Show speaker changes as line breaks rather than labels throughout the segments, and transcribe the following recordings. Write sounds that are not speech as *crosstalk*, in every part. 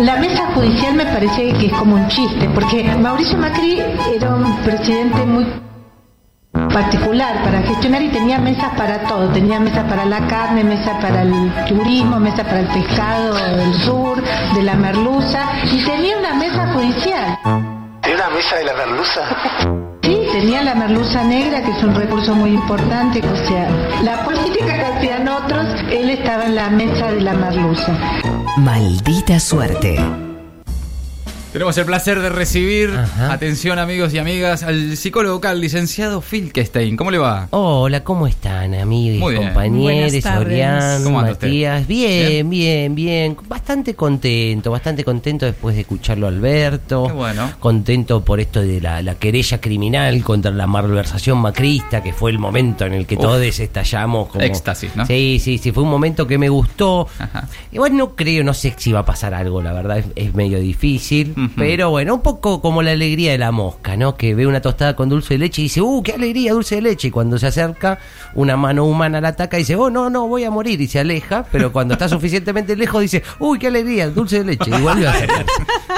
La mesa judicial me parece que es como un chiste, porque Mauricio Macri era un presidente muy particular para gestionar y tenía mesas para todo, tenía mesas para la carne, mesa para el turismo, mesa para el pescado del sur, de la merluza y tenía una mesa judicial.
¿Tenía una mesa de la merluza?
Sí, tenía la merluza negra, que es un recurso muy importante, o sea, la política que hacían otros, él estaba en la mesa de la merluza.
Maldita suerte.
Tenemos el placer de recibir,
Ajá.
atención amigos y amigas, al psicólogo vocal, licenciado Filkestein. ¿Cómo le va?
Hola, ¿cómo están, amigos
Muy
y
bien.
compañeros?
Buenas tardes.
Orián,
¿Cómo anda usted?
Matías. Bien, bien, bien. Bastante contento, bastante contento después de escucharlo a Alberto.
Qué bueno.
Contento por esto de la, la querella criminal contra la malversación macrista, que fue el momento en el que
Uf.
todos estallamos. Como...
Éxtasis, ¿no?
Sí, sí, sí. Fue un momento que me gustó.
Ajá.
Igual no creo, no sé si va a pasar algo, la verdad. Es, es medio difícil.
Ujú.
Pero pero bueno, un poco como la alegría de la mosca, ¿no? Que ve una tostada con dulce de leche y dice, ¡uh, qué alegría, dulce de leche! Y cuando se acerca, una mano humana la ataca y dice, ¡oh, no, no, voy a morir! Y se aleja, pero cuando está *laughs* suficientemente lejos dice, ¡uy, qué alegría, dulce de leche! Y vuelve a acercarse.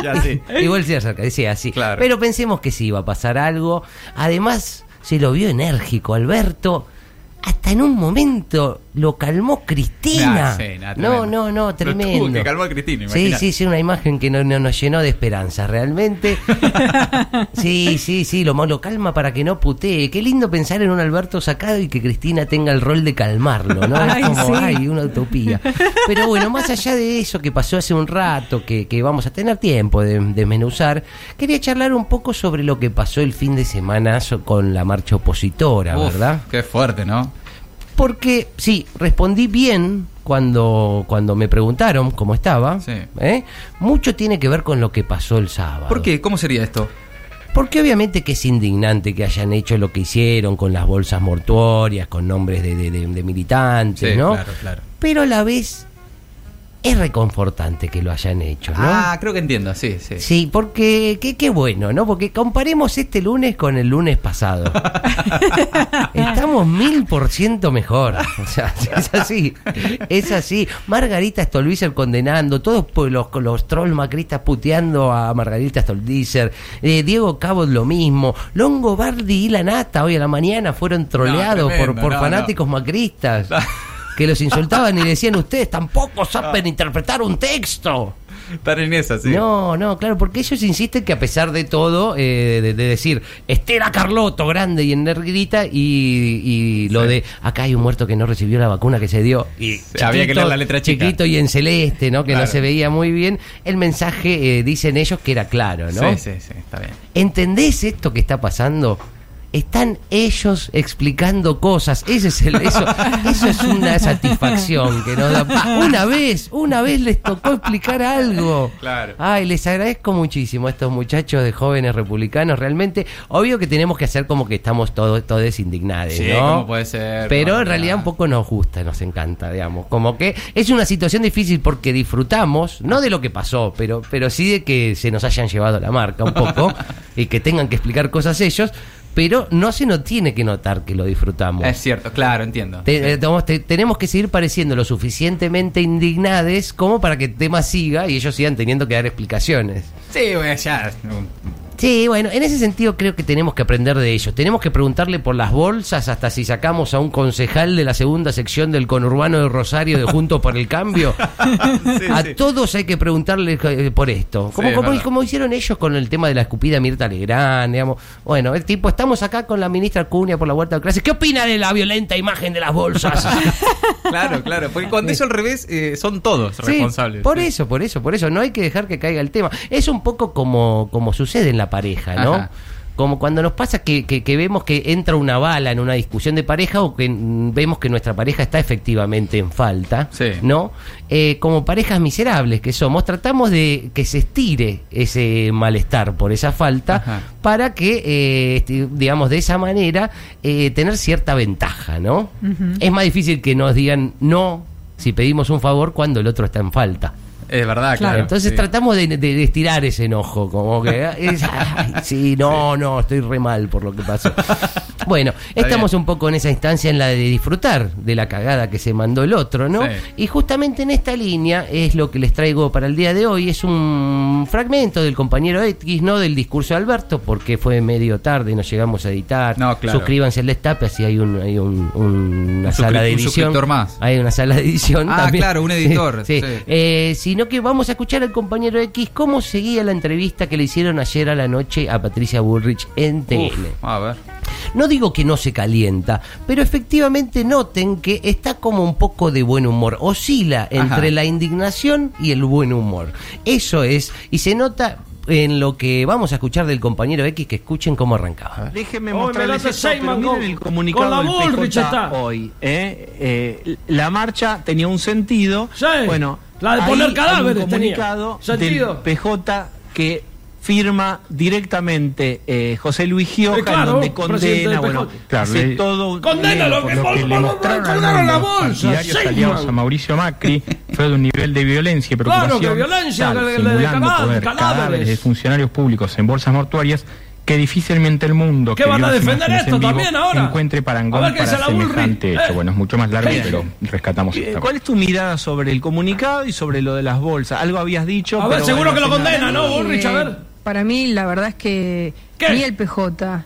Ya sí.
*laughs* Igual se acerca, decía así.
Claro.
Pero pensemos que sí iba a pasar algo. Además, se lo vio enérgico Alberto. Hasta en un momento lo calmó Cristina.
Nah, Ah, sí, nah, tremendo.
no, no, no,
Lo tuvo
tremendo.
que calmar Cristina,
Sí,
imaginate.
sí, sí, una imagen que no, no- nos llenó de esperanza, realmente.
*laughs*
sí, sí, sí, lo, lo calma para que no putee. Qué lindo pensar en un Alberto sacado y que Cristina tenga el rol de calmarlo, ¿no? Es
Ay,
como,
sí.
ay, una utopía. Pero bueno, más allá de eso que pasó hace un rato, que, que vamos a tener tiempo de de desmenuzar, quería charlar un poco sobre lo que pasó el fin de semana so- con la marcha opositora,
Uf,
¿verdad?
Qué fuerte, ¿no?
Porque sí, respondí bien cuando, cuando me preguntaron cómo estaba.
Sí.
¿eh? Mucho tiene que ver con lo que pasó el sábado.
¿Por qué? ¿Cómo sería esto?
Porque obviamente que es indignante que hayan hecho lo que hicieron con las bolsas mortuorias, con nombres de, de- de- de militantes,
Sí,
¿no?
claro, claro.
Pero a la vez es reconfortante que lo hayan hecho, ¿no?
Ah, creo que entiendo, sí, sí.
Sí, porque qué, qué bueno, ¿no? Porque comparemos este lunes con el lunes
*laughs*
pasado. Estamos mil por ciento mejor. O sea, *laughs* es así. Es así. Margarita Stolbizer condenando, todos po- los, los trolls macristas puteando a Margarita Stolbizer. eh, Diego Cabot lo mismo. Longo Bardi y la Nata hoy a la mañana fueron troleados
tremendo,
por, por
no, no. *laughs*
fanáticos macristas. Que los insultaban y le decían, ustedes tampoco saben
Ah.
interpretar un texto.
Estar en esa, sí.
No, no, claro, porque ellos insisten que a pesar de todo, eh, de, de decir Estela Carlotto, grande y en negrita, y, y lo
Sí.
de acá hay un muerto que no recibió la vacuna que se dio, y
había que leer la letra chica.
chiquito y en celeste, ¿no? Que
Claro.
no se veía muy bien, el mensaje, eh, dicen ellos, que era claro, ¿no?
Sí, sí, sí, está bien.
¿Entendés esto que está pasando? Están ellos explicando cosas. Ese es el- eso, eso es una satisfacción que nos da. Una vez, una vez les tocó explicar algo.
Claro.
Ay, les agradezco muchísimo a estos muchachos de jóvenes republicanos. Realmente, obvio que tenemos que hacer como que estamos todos, todos indignados,
Sí,
¿no?
¿cómo puede ser?
Pero
No,
en realidad
no.
un poco nos gusta, nos encanta, digamos. Como que es una situación difícil porque disfrutamos, no de lo que pasó, pero, pero sí de que se nos hayan llevado la marca un poco y que tengan que explicar cosas ellos, pero no se nos tiene que notar que lo disfrutamos.
Es cierto, claro, entiendo.
Te- eh, tenemos- te- tenemos que seguir pareciendo lo suficientemente indignades como para que el tema siga y ellos sigan teniendo que dar explicaciones.
Sí, bueno, ya.
Sí, bueno, en ese sentido creo que tenemos que aprender de ellos. Tenemos que preguntarle por las bolsas hasta si sacamos a un concejal de la segunda sección del conurbano de Rosario de Juntos por
*laughs*
el Cambio. a todos hay que preguntarle eh, por esto. Como,
es
como-
verdad.
como hicieron ellos con el tema de la escupida de Mirta Legrand, digamos. Bueno, el tipo, estamos acá con la ministra Cunha por la huerta de clases. ¿Qué opina de la violenta imagen de las bolsas?
*laughs* Claro, claro. Porque cuando eso al revés, eh, son todos
Sí,
responsables.
Por
Sí.
eso, por eso, por eso. No hay que dejar que caiga el tema. Es un poco como, como sucede en la pareja, ¿no?
Ajá.
Como cuando nos pasa que, que- que vemos que entra una bala en una discusión de pareja o que mm, vemos que nuestra pareja está efectivamente en falta,
Sí.
¿no? Eh, como parejas miserables que somos, tratamos de que se estire ese malestar por esa falta
Ajá.
para que, eh, este, digamos, de esa manera eh, tener cierta ventaja, ¿no? Es más difícil que nos digan no si pedimos un favor cuando el otro está en falta.
Es verdad, claro.
Entonces
sí.
tratamos de, de- de estirar
*laughs* *laughs*
ese enojo, como que, ah, es, ay, sí, no, no, estoy re mal por lo que pasó. Bueno, estamos un poco en esa instancia en la de disfrutar de la cagada que se mandó el otro, ¿no?
Sí.
Y justamente en esta línea es lo que les traigo para el día de hoy. Es un fragmento del compañero X, ¿no? Del discurso de Alberto, porque fue medio tarde, no llegamos a editar.
No, claro.
Suscríbanse al destape, así hay, un, hay un- una
Un
sala
suscrip-
de
un
edición.
suscriptor más.
Hay una sala de edición.
Ah,
también.
claro, un
Sí,
editor,
*laughs* sí.
sí.
Eh, sino que vamos a escuchar al compañero X cómo seguía la entrevista que le hicieron ayer a la noche a Patricia Bullrich en TN.
Uf, a ver.
No digo que no se calienta, pero efectivamente noten que está como un poco de buen humor. Oscila entre
Ajá.
la indignación y el buen humor. Eso es, y se nota en lo que vamos a escuchar del compañero X, que escuchen cómo arrancaba.
Déjenme
Hoy
mostrarles
Melate
esto, pero
Seyman
miren
con-
el comunicado
con la
del
Bullrich
PJ
está.
hoy. ¿eh? Eh, la marcha tenía un sentido.
Sí,
bueno,
la de
ahí
poner
hay
cadáveres
un
tenía.
comunicado
Sentido.
del PJ que firma directamente eh, José Luis Gioja,
Eh, claro,
en donde
presidente del
condena, bueno,
PJ.
Claro,
hace
le-
todo un-
Condena lo que,
Lo que le mostraron
colgaron la
los
bolsa.
partidarios
Seyman.
aliados a Mauricio Macri fue de un nivel de violencia y
Claro,
preocupación
Ah, que violencia,
tal,
que- que-
simulando
de cadáveres.
poner cadáveres de funcionarios públicos en bolsas mortuarias que difícilmente el mundo
¿Qué
que
van
vio
a
las
defender
imágenes en
esto
vivo
también ahora?
encuentre
A ver
parangón
qué dice
para
la Bullrich,
semejante
eh.
hecho. Bueno, es mucho más largo,
Eh.
pero rescatamos
Eh,
esta
¿Cuál es tu mirada sobre el comunicado y sobre lo de las bolsas? Algo habías dicho.
A ver,
pero
seguro
bueno,
que lo
hace nada.
condena, ¿no, Bullrich? A
Eh,
ver.
Para mí, la verdad es que
¿Qué?
ni el PJ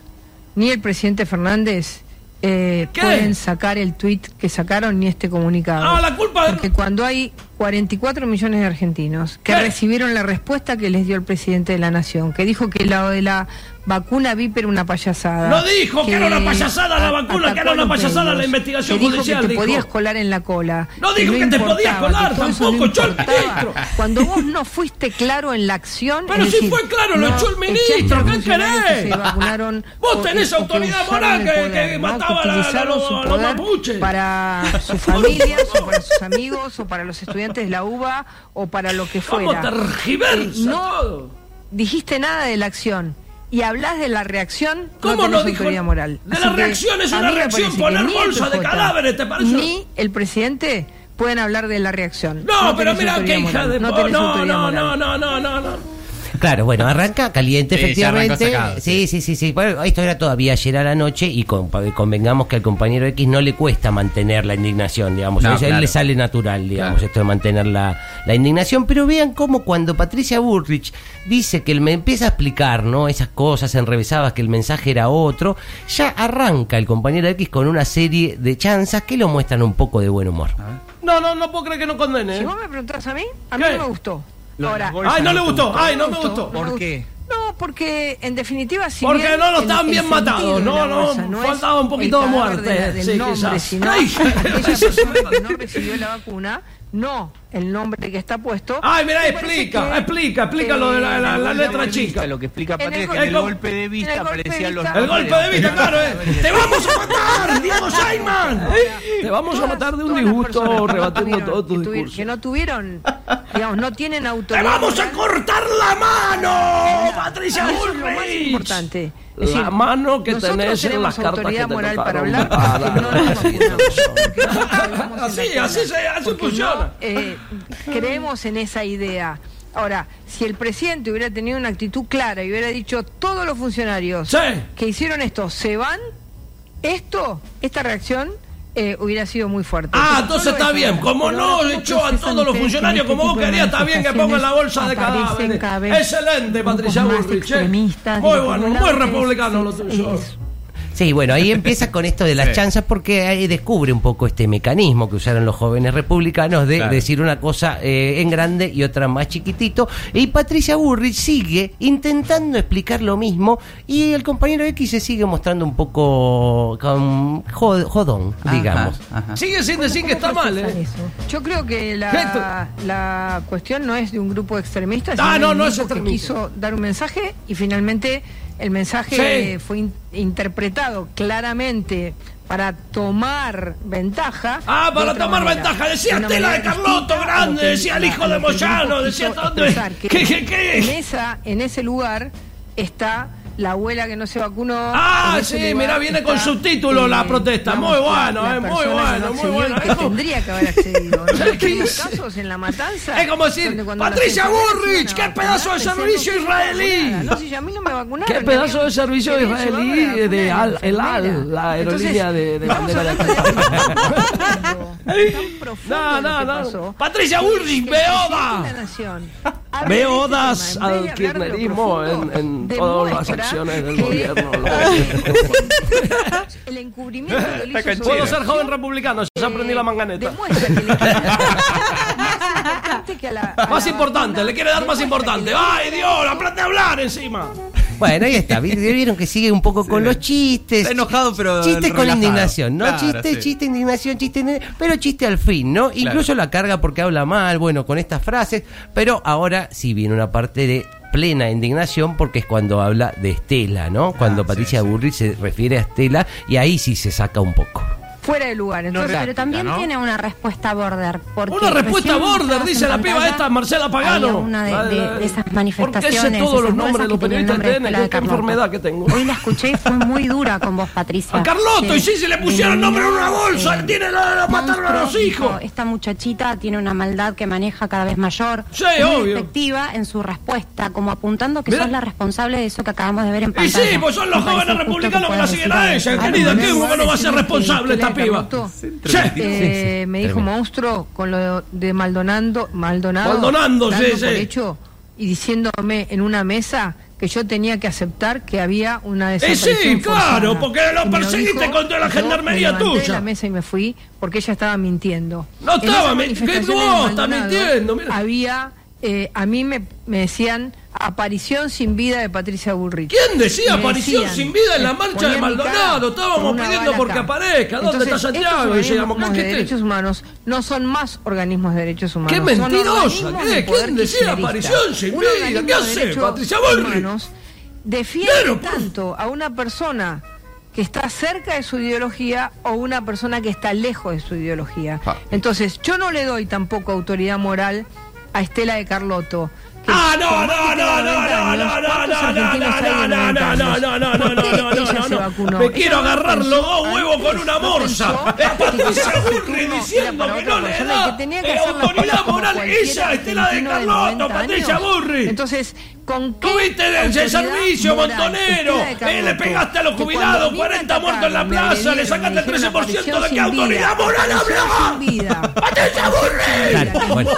ni el presidente Fernández eh,
¿Qué?
pueden sacar el tuit que sacaron ni este comunicado.
Ah, la culpa de-
Porque cuando hay 44 millones de argentinos que
¿Qué?
recibieron la respuesta que les dio el presidente de la Nación, que dijo que lo de la vacuna VIP era una payasada.
No dijo que era una payasada la
a-
vacuna, que era
atacó a
una
los
payasada
medios,
la investigación
que dijo
judicial,
Que te
dijo.
podías colar en la cola.
No
que
dijo que te podías
importaba,
colar
que todo eso
tampoco, yo el
importaba.
ministro.
Cuando vos no fuiste claro en la acción.
Pero
es
si fue claro, lo echó el
echaste
ministro,
a
¿qué
funcionarios
querés?
que se vacunaron
Vos
o-
tenés
o que
autoridad
usaron
moral
el
que- que
poder, ¿no?
mataba a la-
utilizaron
a
su
los
poder
mapuches.
Para
*laughs*
su familia, o para sus amigos, o para los estudiantes de la UBA, o para lo que
¿Cómo
fuera.
tergiversa
Eh, no
todo?
dijiste nada de la acción. Y hablas de la reacción,
¿Cómo
no
no
tenés
dijo?
autoridad moral.
De
Así
la
que
reacción es
a
una
mí me
reacción,
parece que
poner
ni el
bolsa de
PJ,
cadáveres, ¿te parece?
Ni el presidente pueden hablar de la reacción.
No, pero
tenés
mira qué
autoridad
hija
moral,
de
no,
po-
tenés
no,
autoridad
no,
moral.
no, no, no, no, no.
Claro, bueno, arranca caliente,
Sí, ya
efectivamente.
arrancó sacado,
sí, sí, sí, sí. Bueno, esto era todavía ayer a la noche y con- convengamos que al compañero X no le cuesta mantener la indignación, digamos.
No,
Eso a él
claro.
le sale natural, digamos,
Claro.
esto de mantener la, la indignación. Pero vean cómo cuando Patricia Burrich dice que él me empieza a explicar, ¿no? Esas cosas enrevesadas, que el mensaje era otro, ya arranca el compañero X con una serie de chanzas que lo muestran un poco de buen humor.
No, no, no puedo creer que no condene.
Si
¿eh?
vos me preguntás a mí, a mí
¿Qué?
no me gustó.
Lo de
Ahora,
las bolsas
Ay, no le
te
gustó, ay, no me gustó.
no me
¿Por
gustó.
qué?
No, porque en definitiva si
Porque
bien
no lo
el-
estaban
el
bien
sentido
matados,
de
no,
la
no,
bolsa es
faltaba un poquito
el
de
cadáver
muerte,
la- del
sí,
nombre,
quizás.
sino *laughs*
Ay. *laughs*
aquella persona que no recibió la vacuna, no el nombre que está puesto.
Ay, mirá,
Me parece
explica,
que,
explica, explica lo de la- la- la
El
letra
golpe de
chica.
vista, Lo que explica
En el
Patricia es
gol-
que en
el
el
gol-
golpe de
en
vista
el golpe de
aparecían los
vista.
El golpe de vista, claro, *laughs* ¿eh? ¡Te vamos a matar, Diego Saiman! Te vamos a
todas-
matar de un
todas las personas
disgusto
que no
rebatiendo
tuvieron-
todo tu
que tuvi-
discurso.
Que no tuvieron, digamos, no tienen
¡Te
autoridad.
vamos a cortar la mano, Patricia
Eso es lo más
Bullrich!
importante. Es
La
decir,
mano que
nosotros
tenés en
tenemos
las cartas que
autoridad
te
moral para
tocaron.
hablar.
Ah,
porque no nos vacunamos, porque no creemos en la
Así,
vacuna,
así se- así
porque
funciona.
no, eh, creemos en esa idea. Ahora, si el presidente hubiera tenido una actitud clara y hubiera dicho todos los funcionarios
Sí.
que hicieron esto se van, esto, esta reacción eh, hubiera sido muy fuerte.
Ah, entonces
solo
está
eso.
bien. Como
Pero
no
ahora, ¿cómo
echó a
procesan
todos los
ustedes
funcionarios
que en
como vos
este tipo de
querías? Está bien que pongan la bolsa de
manifestaciones aparecen
cadáveres.
cada vez
Excelente, Patricia
grupos más
Bullrich, ¿eh?
extremistas,
Muy
de los
bueno,
que
muy
por un lado
republicano
es-
lo tuyo.
es-
Sí, bueno, ahí empieza con esto de
*laughs*
las
Sí.
chanzas porque ahí descubre un poco este mecanismo que usaron los jóvenes republicanos de
Claro.
decir una cosa eh, en grande y otra más chiquitito. Y Patricia Burrich sigue intentando explicar lo mismo y el compañero X se sigue mostrando un poco con jod- jodón,
Ajá,
digamos.
ajá.
Sigue sin decir que está mal, ¿eh?
Yo creo que la,
Esto-
la cuestión no es de un grupo extremista,
Ah,
de
no,
un
no es
grupo que
extremista.
quiso dar un mensaje y finalmente el mensaje
Sí.
eh, fue in- interpretado claramente para tomar ventaja.
Ah,
de
para
otra
tomar
manera,
ventaja. Decía
una
Estela de
manera
Carlotto,
distinta a lo
grande,
que
decía el
la-
hijo de
lo que el
Moyano,
grupo
decía *laughs*
quiso
todo.
expresar, que
¿Qué, qué, qué?
En esa, en ese lugar está la abuela que no se vacunó.
Ah,
en ese
sí,
lugar
mirá, viene
está,
con subtítulo la
eh,
protesta.
digamos,
Muy
la-
bueno,
la
eh, muy
persona que
bueno,
no
muy
accedió y
bueno.
Que
Es como-
tendría que haber accedido. ¿no?
¿Sabes qué
Tenemos
es?
casos en la matanza.
Es como decir,
donde cuando las
Patricia
enfermeras
Bullrich,
iban a
qué
vacunar,
pedazo de
pensaron,
servicio
"¿Quién me
israelí?"
vacunara? No, si yo a mí no me vacunaron.
¿Qué
me
pedazo de
habían-
servicio
me habían
israelí
llevado a la
de
vacuna
Al- el Al,
enfermera?
la aerolínea de-
Entonces,
de
estamos
bandera
hablando de algo tan profundo
No,
de lo que
no, no.
pasó.
Patricia Bullrich,
Que
veo
el
oda.
presidente de la nación
Veo
Arregla este
odas
tema,
al
en vez de hablar de lo
kirchnerismo
profundo,
en- en todas las
demuestra
acciones del
que-
gobierno,
*laughs*
lo
El encubrimiento que lo hizo sobre-
Puedo ser joven republicano, ya
eh,
aprendí la manganeta.
Demuestra que le quiere dar más importante que a la. a
Más
la
importante,
vacuna,
le quiere dar más
demuestra
importante.
que le-
¡Ay, Dios! La plata de hablar encima.
Bueno, ahí está. ¿Viste? Vieron que sigue un poco con los chistes.
Está enojado, pero
Chiste con
relajado.
indignación, ¿no?
Claro,
chiste,
sí.
chiste, indignación, chiste, indignación, pero chiste al fin, ¿no? Incluso la carga porque habla mal, bueno, con estas frases, pero ahora sí viene una parte de plena indignación porque es cuando habla de Estela, ¿no? Cuando
Ah, sí,
Patricia
sí.
Burri se refiere a Estela y ahí sí se saca un poco.
Fuera de lugar. Entonces,
Pero también
¿no?
tiene una respuesta border. Porque
Una respuesta
recién
border,
estabas
dice
en
la piba
pantalla,
esta, Marcela Pagano.
había Una de, de- de esas manifestaciones.
Porque sé todos los
esas
nombres de
bolsas
los
que tenían
periodistas
nombre de
TN,
escuela
qué
de Carlotto.
enfermedad que tengo.
Hoy la escuché y fue muy dura con vos, Patricia.
A Carlotto, y sí, se le pusieron nombre en una bolsa, le tiene la- la mataron a
monstruo,
los hijos.
dijo, Esta muchachita tiene una maldad que maneja cada vez mayor.
Sí,
Es muy
obvio.
Despectiva en su respuesta, como apuntando que
Mirá.
sos la responsable de eso que acabamos de ver en
Y
pantalla.
sí, pues son los
Me parece
jóvenes
justo que
republicanos que la
puedas
siguen
decir
a ella,
algo.
Ah,
querida.
Algo
¿Qué
más.
cómo no va a ser
decirle que-
responsable
que la
esta piba?
Carlotto,
Che,
eh, me dijo
Tremendo.
monstruo con lo de Maldonando, Maldonado.
Maldonando, sí,
dando
sí.
por hecho y diciéndome en una mesa que yo tenía que aceptar que había una desaparición
sí, claro,
forzada.
porque lo
Y me
perseguiste
dijo,
contra la
yo
gendarmería
me levanté de
tuya.
la mesa y me fui porque ella estaba mintiendo.
No
En
estaba
esas
minti- ¿qué
manifestaciones
vos?
de
Está
Maldonado
mintiendo, mira.
Había, eh, a mí me, me decían aparición sin vida de Patricia Burrich.
¿Quién decía
Me
aparición
decían,
sin vida en la
eh,
marcha
ponía
de
mi
Maldonado?
cara
Estábamos
con una
pidiendo
bala
porque
acá.
aparezca. ¿Dónde
Entonces,
está Santiago?
estos
Y decíamos,
organismos
¿qué
de
es?
derechos humanos no son más organismos de derechos humanos.
¡Qué
son
mentirosa!
organismos
¿Qué?
de
¿Quién
poder
decía
kirchnerista.
aparición sin
Un
vida?
organismo
¿Qué
de
hace,
derechos
Patricia Bullrich?
humanos Defiende
Claro, pues. por-
tanto a una persona que está cerca de su ideología o una persona que está lejos de su ideología.
Ah.
Entonces, yo no le doy tampoco autoridad moral a Estela de Carlotto. que
Ah, no,
por más
no,
que tenga
no, no,
90 años,
no, no,
¿cuántos
no,
argentinos hay
no,
de
no,
90
no, no,
años?
no, no, no,
¿Por qué
no, no,
ella
no,
se
no.
vacunó?
Me
Ella
quiero
no
agarrar
pensó
los dos huevos
antes,
con una
no
morsa.
pensó
Es Patricia
que su
Bullrich
turno era
diciendo
para
que
otra
no le
persona y
da,
que tenía
eh,
que hacer las
autoridad
cosas como
moral.
cualquier
Ella, Estela de
argentino de
Carlotto,
90
Patricia
años.
Burrich.
Entonces, ¿con qué
Tuviste de- de
autoridad
servicio,
moral
montonero.
Estela de Carlotto,
Eh, le pegaste a los
que cuando
jubilados,
a mí me
40 muertos en la
atacaron, me
plaza,
agredieron,
le sacaste
me
el
dijeron
13% de qué
aparición sin
autoridad
vida,
moral
aparición
hablaba.
sin vida.
¡Patricia Bullrich!
Claro, bueno.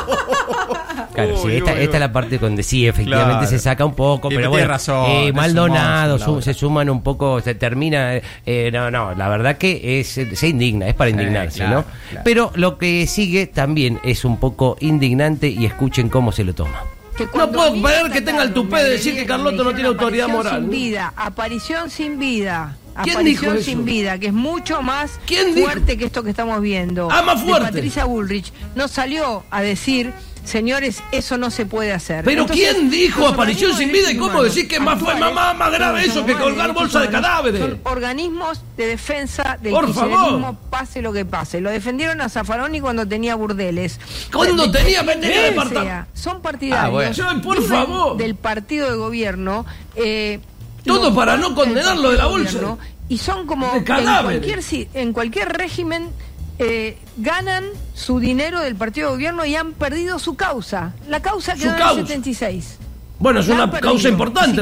Claro, sí, esta, esta es la parte donde sí, efectivamente
Claro.
se saca un poco,
Y
pero
tiene
bueno,
razón,
eh,
es un
Maldonado
monstruo,
su-
la
se suman un poco, se termina, eh, eh, no, no, la verdad que es, se indigna, es para
Sí,
indignarse,
claro,
¿no?
claro.
Pero lo que sigue también es un poco indignante y escuchen cómo se lo toma.
que cuando
puedo
a mí
creer
me
que tenga el
atacaron,
tupé
me
de decir que
agredieron,
Carlotto
me
no tiene
dijeron
autoridad
aparición
moral.
Sin vida, aparición sin vida.
¿Quién
aparición
dijo eso?
sin vida, que es mucho más
¿Quién dijo?
fuerte que esto que estamos viendo.
Ah, más
De
fuerte.
Patricia Bullrich no salió a decir, señores, eso no se puede hacer.
Pero
Entonces,
¿quién dijo
los
aparición
organismos
sin
de
vida? ¿Y
derechos
cómo decís
humanos
que más fue
actuales,
mamá- más grave
los
eso que
organismos
colgar
de
bolsa de
derechos humanos,
cadáveres?
Son organismos de defensa del
Por
kirchnerismo,
favor.
pase lo que pase. Lo defendieron a Zaffaroni cuando tenía burdeles.
Cuando
De-
tenía-
de-
tenía
de-
departa-
sea, Son partidarios.
Ah, bueno.
Ay, por
viven
favor.
Del partido de gobierno. eh,
Todo
los
para no
banca del
condenar lo de la
partido
bolsa.
gobierno, Y son como
De
en
cadáveres.
cualquier, si- en cualquier régimen eh, ganan su dinero del partido de gobierno y han perdido su causa. La causa
Su
quedó en
causa.
el 76.
Bueno, es
La
una
han perdido.
causa importante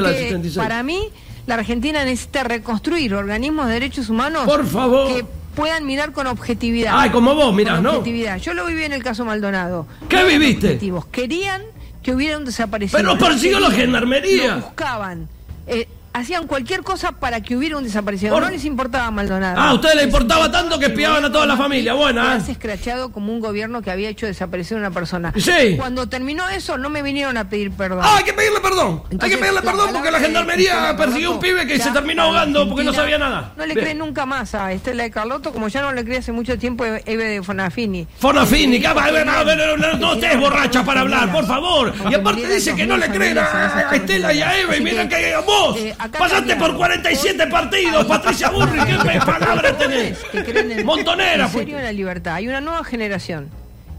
Así
la
que,
76.
Para mí, la Argentina necesita reconstruir organismos de derechos humanos
Por favor.
que puedan mirar con objetividad.
Ay, como vos mirás,
Con
¿no?
objetividad. Yo lo viví en el caso Maldonado.
¿Qué
eran
viviste?
objetivos. Querían que hubiera un desaparecido.
Pero
Lo
persiguió la
querían,
gendarmería.
Lo buscaban. Eh, hacían cualquier cosa para que hubiera un desaparecido.
Por-
No les importaba Maldonado.
Ah, a ustedes les
Les
importaba tanto que
el
espiaban a toda la
gobierno
familia. Bueno,
que
ah.
has escrachado como un gobierno que había hecho desaparecer a una persona.
Sí.
Cuando terminó eso, no me vinieron a pedir perdón.
Ah, hay que pedirle perdón. hay que
Entonces,
pedirle
la
perdón porque la
palabra de
gendarmería
Estela
persiguió a un
Carlotto
pibe que
Eh, ya
se terminó
a la
ahogando porque no
Argentina
sabía nada.
No le
Bien.
cree nunca más a Estela de Carlotto, como ya no le creí hace mucho tiempo a Eve de Fonafini.
Fonafini, que- no, no, no, no estés borracha para hablar, por favor. Y
Aunque
aparte
murieran
dice que no le
2.000
creen
familias en
a,
esas
a Estela y a Eva. Y
Así
mira
que,
que vos
eh, acá
pasaste por
cambiamos.
47 partidos, Patricia Burri, qué palabra tenés.
que creen en,
Montonera
en serio
fuiste.
en la libertad. Hay una nueva generación.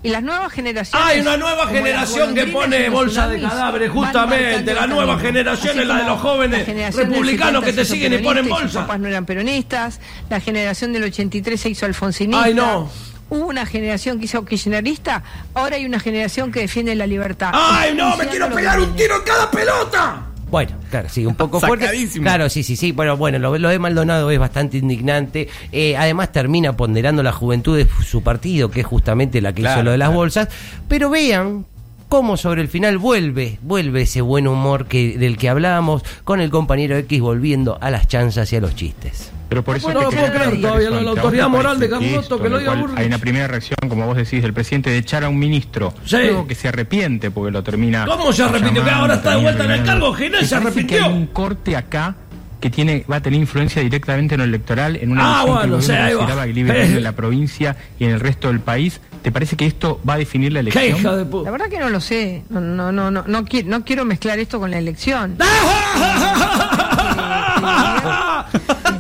Y las nuevas generaciones.
Hay una nueva
como las
generación que
golondrinas
pone
y los
bolsa de
tsunamis,
cadáveres,
van
justamente.
marcando
La
el
nueva
camino.
generación
Así
es la de
como
los jóvenes
la generación del
republicanos
70
que te
se hizo
siguen y ponen
peronista sus
bolsa.
papás no eran peronistas. La generación del 83 se hizo alfonsinista.
Ay, no.
Hubo una generación que hizo kirchnerista. Ahora hay una generación que defiende la libertad.
¡Ay, no! ¡Me
Denunciando
quiero
lo
pegar
que
un tiro en cada pelota!
Bueno, claro, sí, un poco fuerte.
Sacadísimo.
Claro, sí, sí, sí. Bueno, bueno, lo, lo de Maldonado es bastante indignante. Eh, además termina ponderando la juventud de su partido, que es justamente la que
Claro,
hizo lo de las
claro.
bolsas. Pero vean cómo sobre el final vuelve, vuelve ese buen humor que, del que hablábamos con el compañero X volviendo a las chanzas y a los chistes.
Pero por eso
No lo puedo creer todavía, la- la autoridad moral de Carlotto, que lo diga Burri.
Hay una primera reacción, como vos decís, del presidente de echar a un ministro.
Sí.
Luego que se arrepiente porque lo termina.
¿Cómo se arrepintió? Que
llamando,
ahora está de
termina
vuelta en el
arruinando.
cargo, Ginés,
Me
se
parece que
arrepintió.
hay un corte acá que tiene va a tener influencia directamente en lo electoral, en una
Ah,
elección
bueno,
que el
sí, ahí va.
gobierno
Eh.
consideraba equilibrada en la provincia y en el resto del país. ¿Te parece que esto va a definir la
¡Qué
elección?
hija de
La
puta!
verdad que no lo sé. No, no, no, no, no, qui- no quiero mezclar esto con la elección. Desde-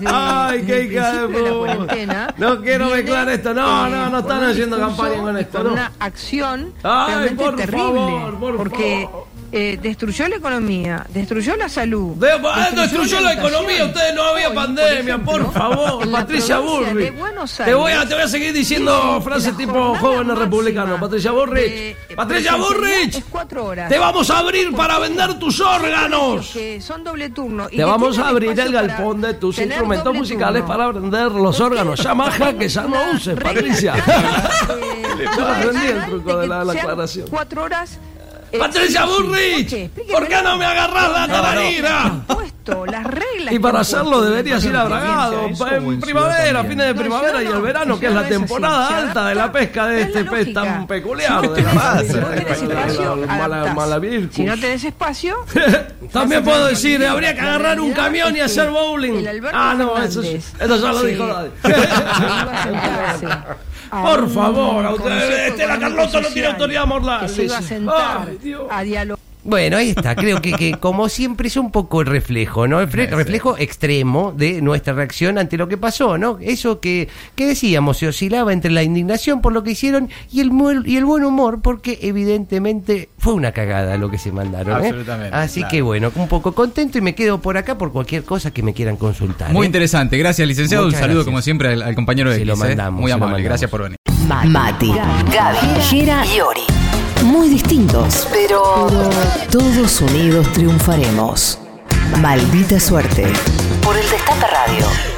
¡Ay,
desde
qué
el
hija de
principio de la
puta!
cuarentena,
No quiero
viene,
mezclar esto. No,
eh,
no, no
con
están
un
haciendo
discurso
campaña con
y
esto.
Con
no.
una acción
Ay,
realmente
por
terrible.
favor, por
porque
favor.
eh, destruyó la economía, destruyó la salud.
De- eh, destruyó la
educación.
economía, ustedes no había
Hoy,
pandemia, por,
ejemplo,
favor,
en la
Patricia
provincia
Burri.
de Buenos
Te voy, a,
Aires,
te voy a seguir diciendo
eh,
frases
la
tipo
jornada
jóvenes
máxima
republicanos. Patricia Burrich.
de, eh,
Patricia
presencialidad
Burrich.
es cuatro horas.
Te vamos a abrir para vender tus órganos.
Que son doble turno. y
Te
que
vamos a
tienen
abrir el
espacio para
galpón de tus
tener
instrumentos
doble
musicales
turno.
para vender los órganos. Ya maja
*laughs*
que ya no uses, Patricia. *laughs*
Yo
aprendí el truco de la- la aclaración.
Cuatro horas. eh,
¡Patricia Burrich! ¿Por qué no me agarrás la tararira?
las reglas.
Y
que
para
han
hacerlo
puesto.
deberías ir a Bragado en primavera, fines de
No,
primavera y
yo no.
el verano, que es
Yo
la
no es así. Se
temporada alta
adapta.
de la pesca
Es
de
la
este pez
lógica.
tan peculiar.
Si no
de la
tenés-
masa.
si no tenés espacio,
Mala-
adaptás.
mala virtud.
Si no tenés espacio,
*laughs* También puedo decir, eh, habría que agarrar un camión y hacer bowling.
este, El Alberto
Ah, no, eso,
Fernández.
eso ya lo
Sí.
dijo Daddy.
Que *laughs*
*laughs*
iba a sentarse Ah, a
Por
un
favor, a usted-
consejo
Estela
económico
Carlotto no
social,
tiene autoridad moral.
Que se iba a
Sí, sí.
sentar
Ay, Dios.
a dialogar.
Bueno, ahí está. Creo que, que, como siempre es un poco el reflejo, ¿no? El fre- reflejo extremo de nuestra reacción ante lo que pasó, ¿no? Eso que, que decíamos, se oscilaba entre la indignación por lo que hicieron y el, mu- y el buen humor, porque evidentemente fue una cagada lo que se mandaron. ¿eh?
Absolutamente,
Así
claro.
que bueno, un poco contento y me quedo por acá por cualquier cosa que me quieran consultar.
Muy
¿eh?
interesante, gracias licenciado. un
Muchas
saludo
gracias.
como siempre al, al compañero
Se
X,
lo
¿eh?
mandamos,
Muy
se lo
amable,
mandamos.
gracias por venir.
Mati, Gaby, Gera y Ori. Muy distintos, pero todos unidos triunfaremos. Maldita suerte. Por el Destape Radio.